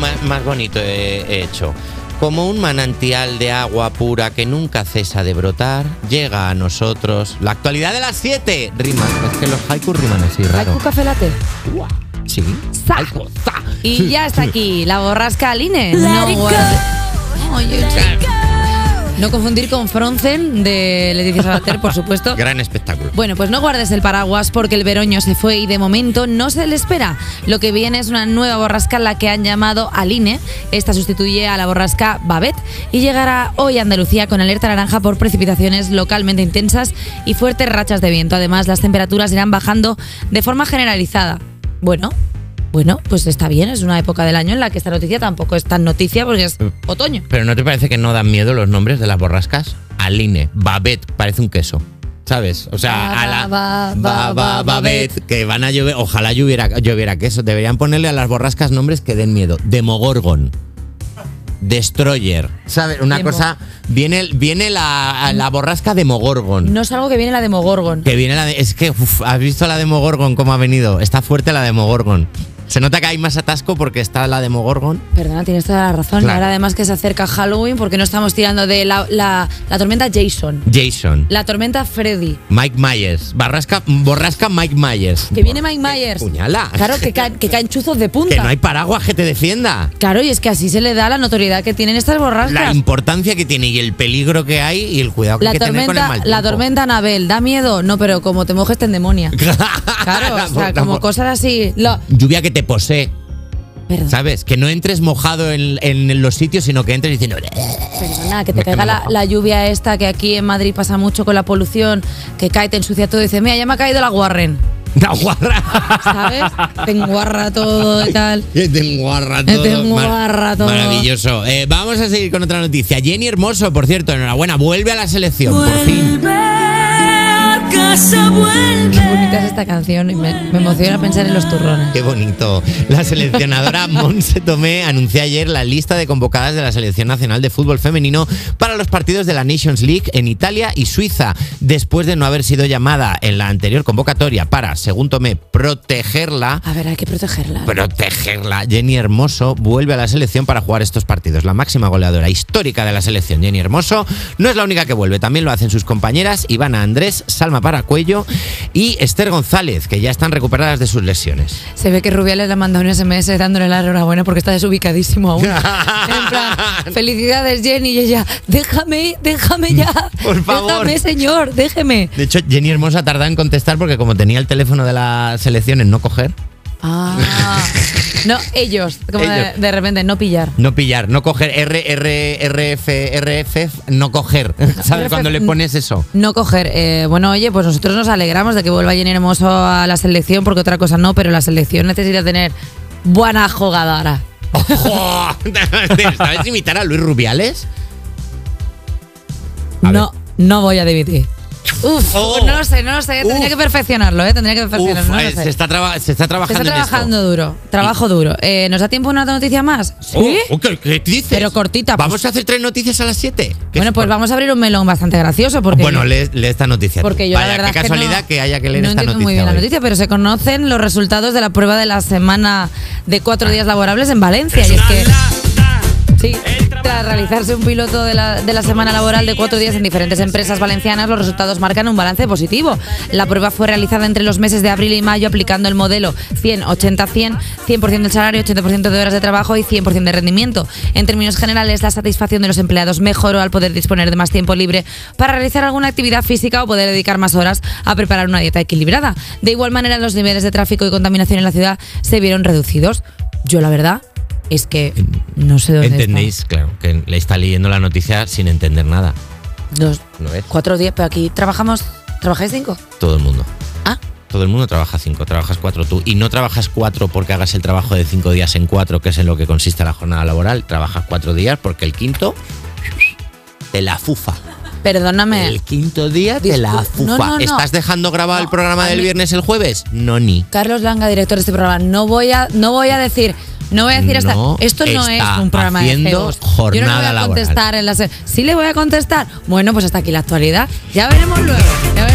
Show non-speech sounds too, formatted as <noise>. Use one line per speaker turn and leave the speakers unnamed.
más, más bonito he hecho. Como un manantial de agua pura que nunca cesa de brotar, llega a nosotros la actualidad de las 7. Rima, es que los haikus riman así raro.
Haiku café latte.
Sí.
Sa.
Haiku, sa.
Y ya está aquí, la borrasca Aline. No,
it
guarde- No, yo- No confundir con Fronzen de Leticia Sabater, por supuesto.
Gran espectáculo.
Bueno, pues no guardes el paraguas porque el veroño se fue y de momento no se le espera. Lo que viene es una nueva borrasca la que han llamado Aline. Esta sustituye a la borrasca Babet y llegará hoy a Andalucía con alerta naranja por precipitaciones localmente intensas y fuertes rachas de viento. Además, las temperaturas irán bajando de forma generalizada. Bueno. Bueno, pues está bien, es una época del año en la que esta noticia tampoco es tan noticia porque es otoño.
Pero ¿no te parece que no dan miedo los nombres de las borrascas? Aline, Babet, parece un queso. ¿Sabes? O sea,
Ba,
a la
ba, ba, ba,
Babet, que van a llover, ojalá lloviera, lloviera queso. Deberían ponerle a las borrascas nombres que den miedo. Demogorgon. Destroyer. ¿Sabes? Una
Demo-
cosa. Viene, viene la, la borrasca Demogorgon.
No es algo que viene la de Mogorgon.
Que viene la de- Es que uf, has visto la Demogorgon cómo ha venido. Está fuerte la Demogorgon. Se nota que hay más atasco porque está la Demogorgon.
Perdona, tienes toda la razón.
Claro.
Ahora además que se acerca Halloween porque no estamos tirando de la, la- la tormenta Jason,
Jason.
la tormenta Freddy,
Mike Myers. Barrasca, borrasca Mike Myers.
que viene Mike Myers.
Puñala. <laughs>
Claro, que, ca- que caen chuzos de punta.
Que no hay paraguas que te defienda.
Claro, y es que así se le da la notoriedad que tienen estas
La
borrascas.
importancia que tiene y el peligro que hay y el cuidado que
La,
hay que tener con el
tormenta,
mal <laughs>
la
tiempo.
tormenta Anabel, ¿da miedo? No, pero como te mojes te endemonia.
<laughs> Ah,
Claro,
La
o sea,
por- la
como
por-
cosas así. Lo-
Lluvia que te posee,
Perdón,
¿sabes? Que no entres mojado en, en los sitios, sino que entres diciendo... "Eh".
perdona, que te
<laughs> Es que me
caiga la,
moja.
la lluvia esta que aquí en Madrid pasa mucho con la polución, que cae, te ensucia todo y dice, mira, ya me ha caído la Warren.
La guarra.
¿sabes? Te enguarra todo y tal.
<laughs> Que te enguarra todo.
Te enguarra todo.
Maravilloso. Eh, vamos a seguir con otra noticia. Jenny Hermoso, por cierto, enhorabuena, vuelve a la selección, por fin.
Vuelve a casa, vuelve.
Qué bonita es esta canción y me, me emociona pensar en los turrones.
Qué bonito. La seleccionadora Monse Tomé anunció ayer la lista de convocadas de la Selección Nacional de Fútbol Femenino para los partidos de la Nations League en Italia y Suiza, después de no haber sido llamada en la anterior convocatoria para, según Tomé, protegerla.
A ver, hay que protegerla.
Protegerla. Jenny Hermoso vuelve a la selección para jugar estos partidos. La máxima goleadora histórica de la selección, Jenny Hermoso, no es la única que vuelve. También lo hacen sus compañeras Ivana Andrés, Salma Paracuello y Esther González, que ya están recuperadas de sus lesiones.
Se ve que Rubiales le ha mandado un SMS dándole la enhorabuena porque está desubicadísimo
<laughs>
aún. En plan, felicidades Jenny y ella, déjame, déjame ya.
Por favor.
Déjame, señor, déjeme.
De hecho, Jenny Hermosa tarda en contestar porque como tenía el teléfono de la selección en no coger, <laughs>
Ah. No, ellos, como
Ellos.
De, de repente, no pillar.
no pillar, no coger, R, R, RF, RF, no
<laughs>
coger. ¿Sabes?
RF?
Cuando le pones
<laughs>
eso. <laughs>
No coger. Eh, bueno, oye, pues nosotros nos alegramos de que vuelva Jenny Hermoso a la selección, porque otra cosa no, pero la selección necesita tener buena jugadora.
¡Ojo! ¿Sabes imitar a Luis Rubiales? A
No, no voy a dimitir. Uf,
Oh.
no lo sé, no lo sé. Tendría
Uf.
que perfeccionarlo, ¿eh? Tendría que perfeccionarlo.
Uf,
no lo
eh,
sé.
se, está traba- se está
Se
trabajando
está
en esto.
trabajando duro. Trabajo duro. Eh, ¿Nos da tiempo una otra noticia más? ¿Sí?
Oh, oh, ¿qué, qué dices?
Pero cortita, pues.
Vamos a hacer tres noticias a las siete. ¿Qué
bueno,
es-
pues vamos a abrir un melón bastante gracioso. Porque
Bueno, lee, lee esta noticia. tú.
Porque yo
Vaya,
la verdad
qué
es
casualidad
no-
que, haya que leer
no
esta
entiendo
noticia.
muy bien la
hoy.
noticia, pero se conocen los resultados de la prueba de la semana de cuatro
Ah.
días laborables en Valencia. y es que sí, tras realizarse un piloto de la, de la semana laboral de cuatro días en diferentes empresas valencianas, los resultados marcan un balance positivo. La prueba fue realizada entre los meses de abril y mayo aplicando el modelo 100-80-100, 100% del salario, 80% de horas de trabajo y 100% de rendimiento. En términos generales, la satisfacción de los empleados mejoró al poder disponer de más tiempo libre para realizar alguna actividad física o poder dedicar más horas a preparar una dieta equilibrada. De igual manera, los niveles de tráfico y contaminación en la ciudad se vieron reducidos. Yo la verdad es que no sé dónde
Entendéis, claro, que le está leyendo la noticia sin entender nada.
está. pues, Dos,
¿No es?
cuatro días, pero aquí trabajamos, ¿trabajáis cinco?
Todo el mundo.
Ah,
Todo el mundo trabaja cinco, trabajas cuatro tú. Y no trabajas cuatro porque hagas el trabajo de cinco días en cuatro, que es en lo que consiste la jornada laboral. Trabajas cuatro días porque el quinto te la fufa.
perdóname.
El quinto día te la
Discul-
fufa.
no, no, no.
¿Estás dejando grabado el
No,
programa
a
del
mí-
viernes el jueves? No, ni.
Carlos Langa, director de este programa, no voy a, no voy a decir, no voy a decir hasta,
No
esto no es
está
un programa de
haciendo
cebos. Yo no le
jornada
voy a
laboral.
contestar en la se- Sí le voy a contestar. Bueno, pues hasta aquí la actualidad. Ya veremos luego. Ya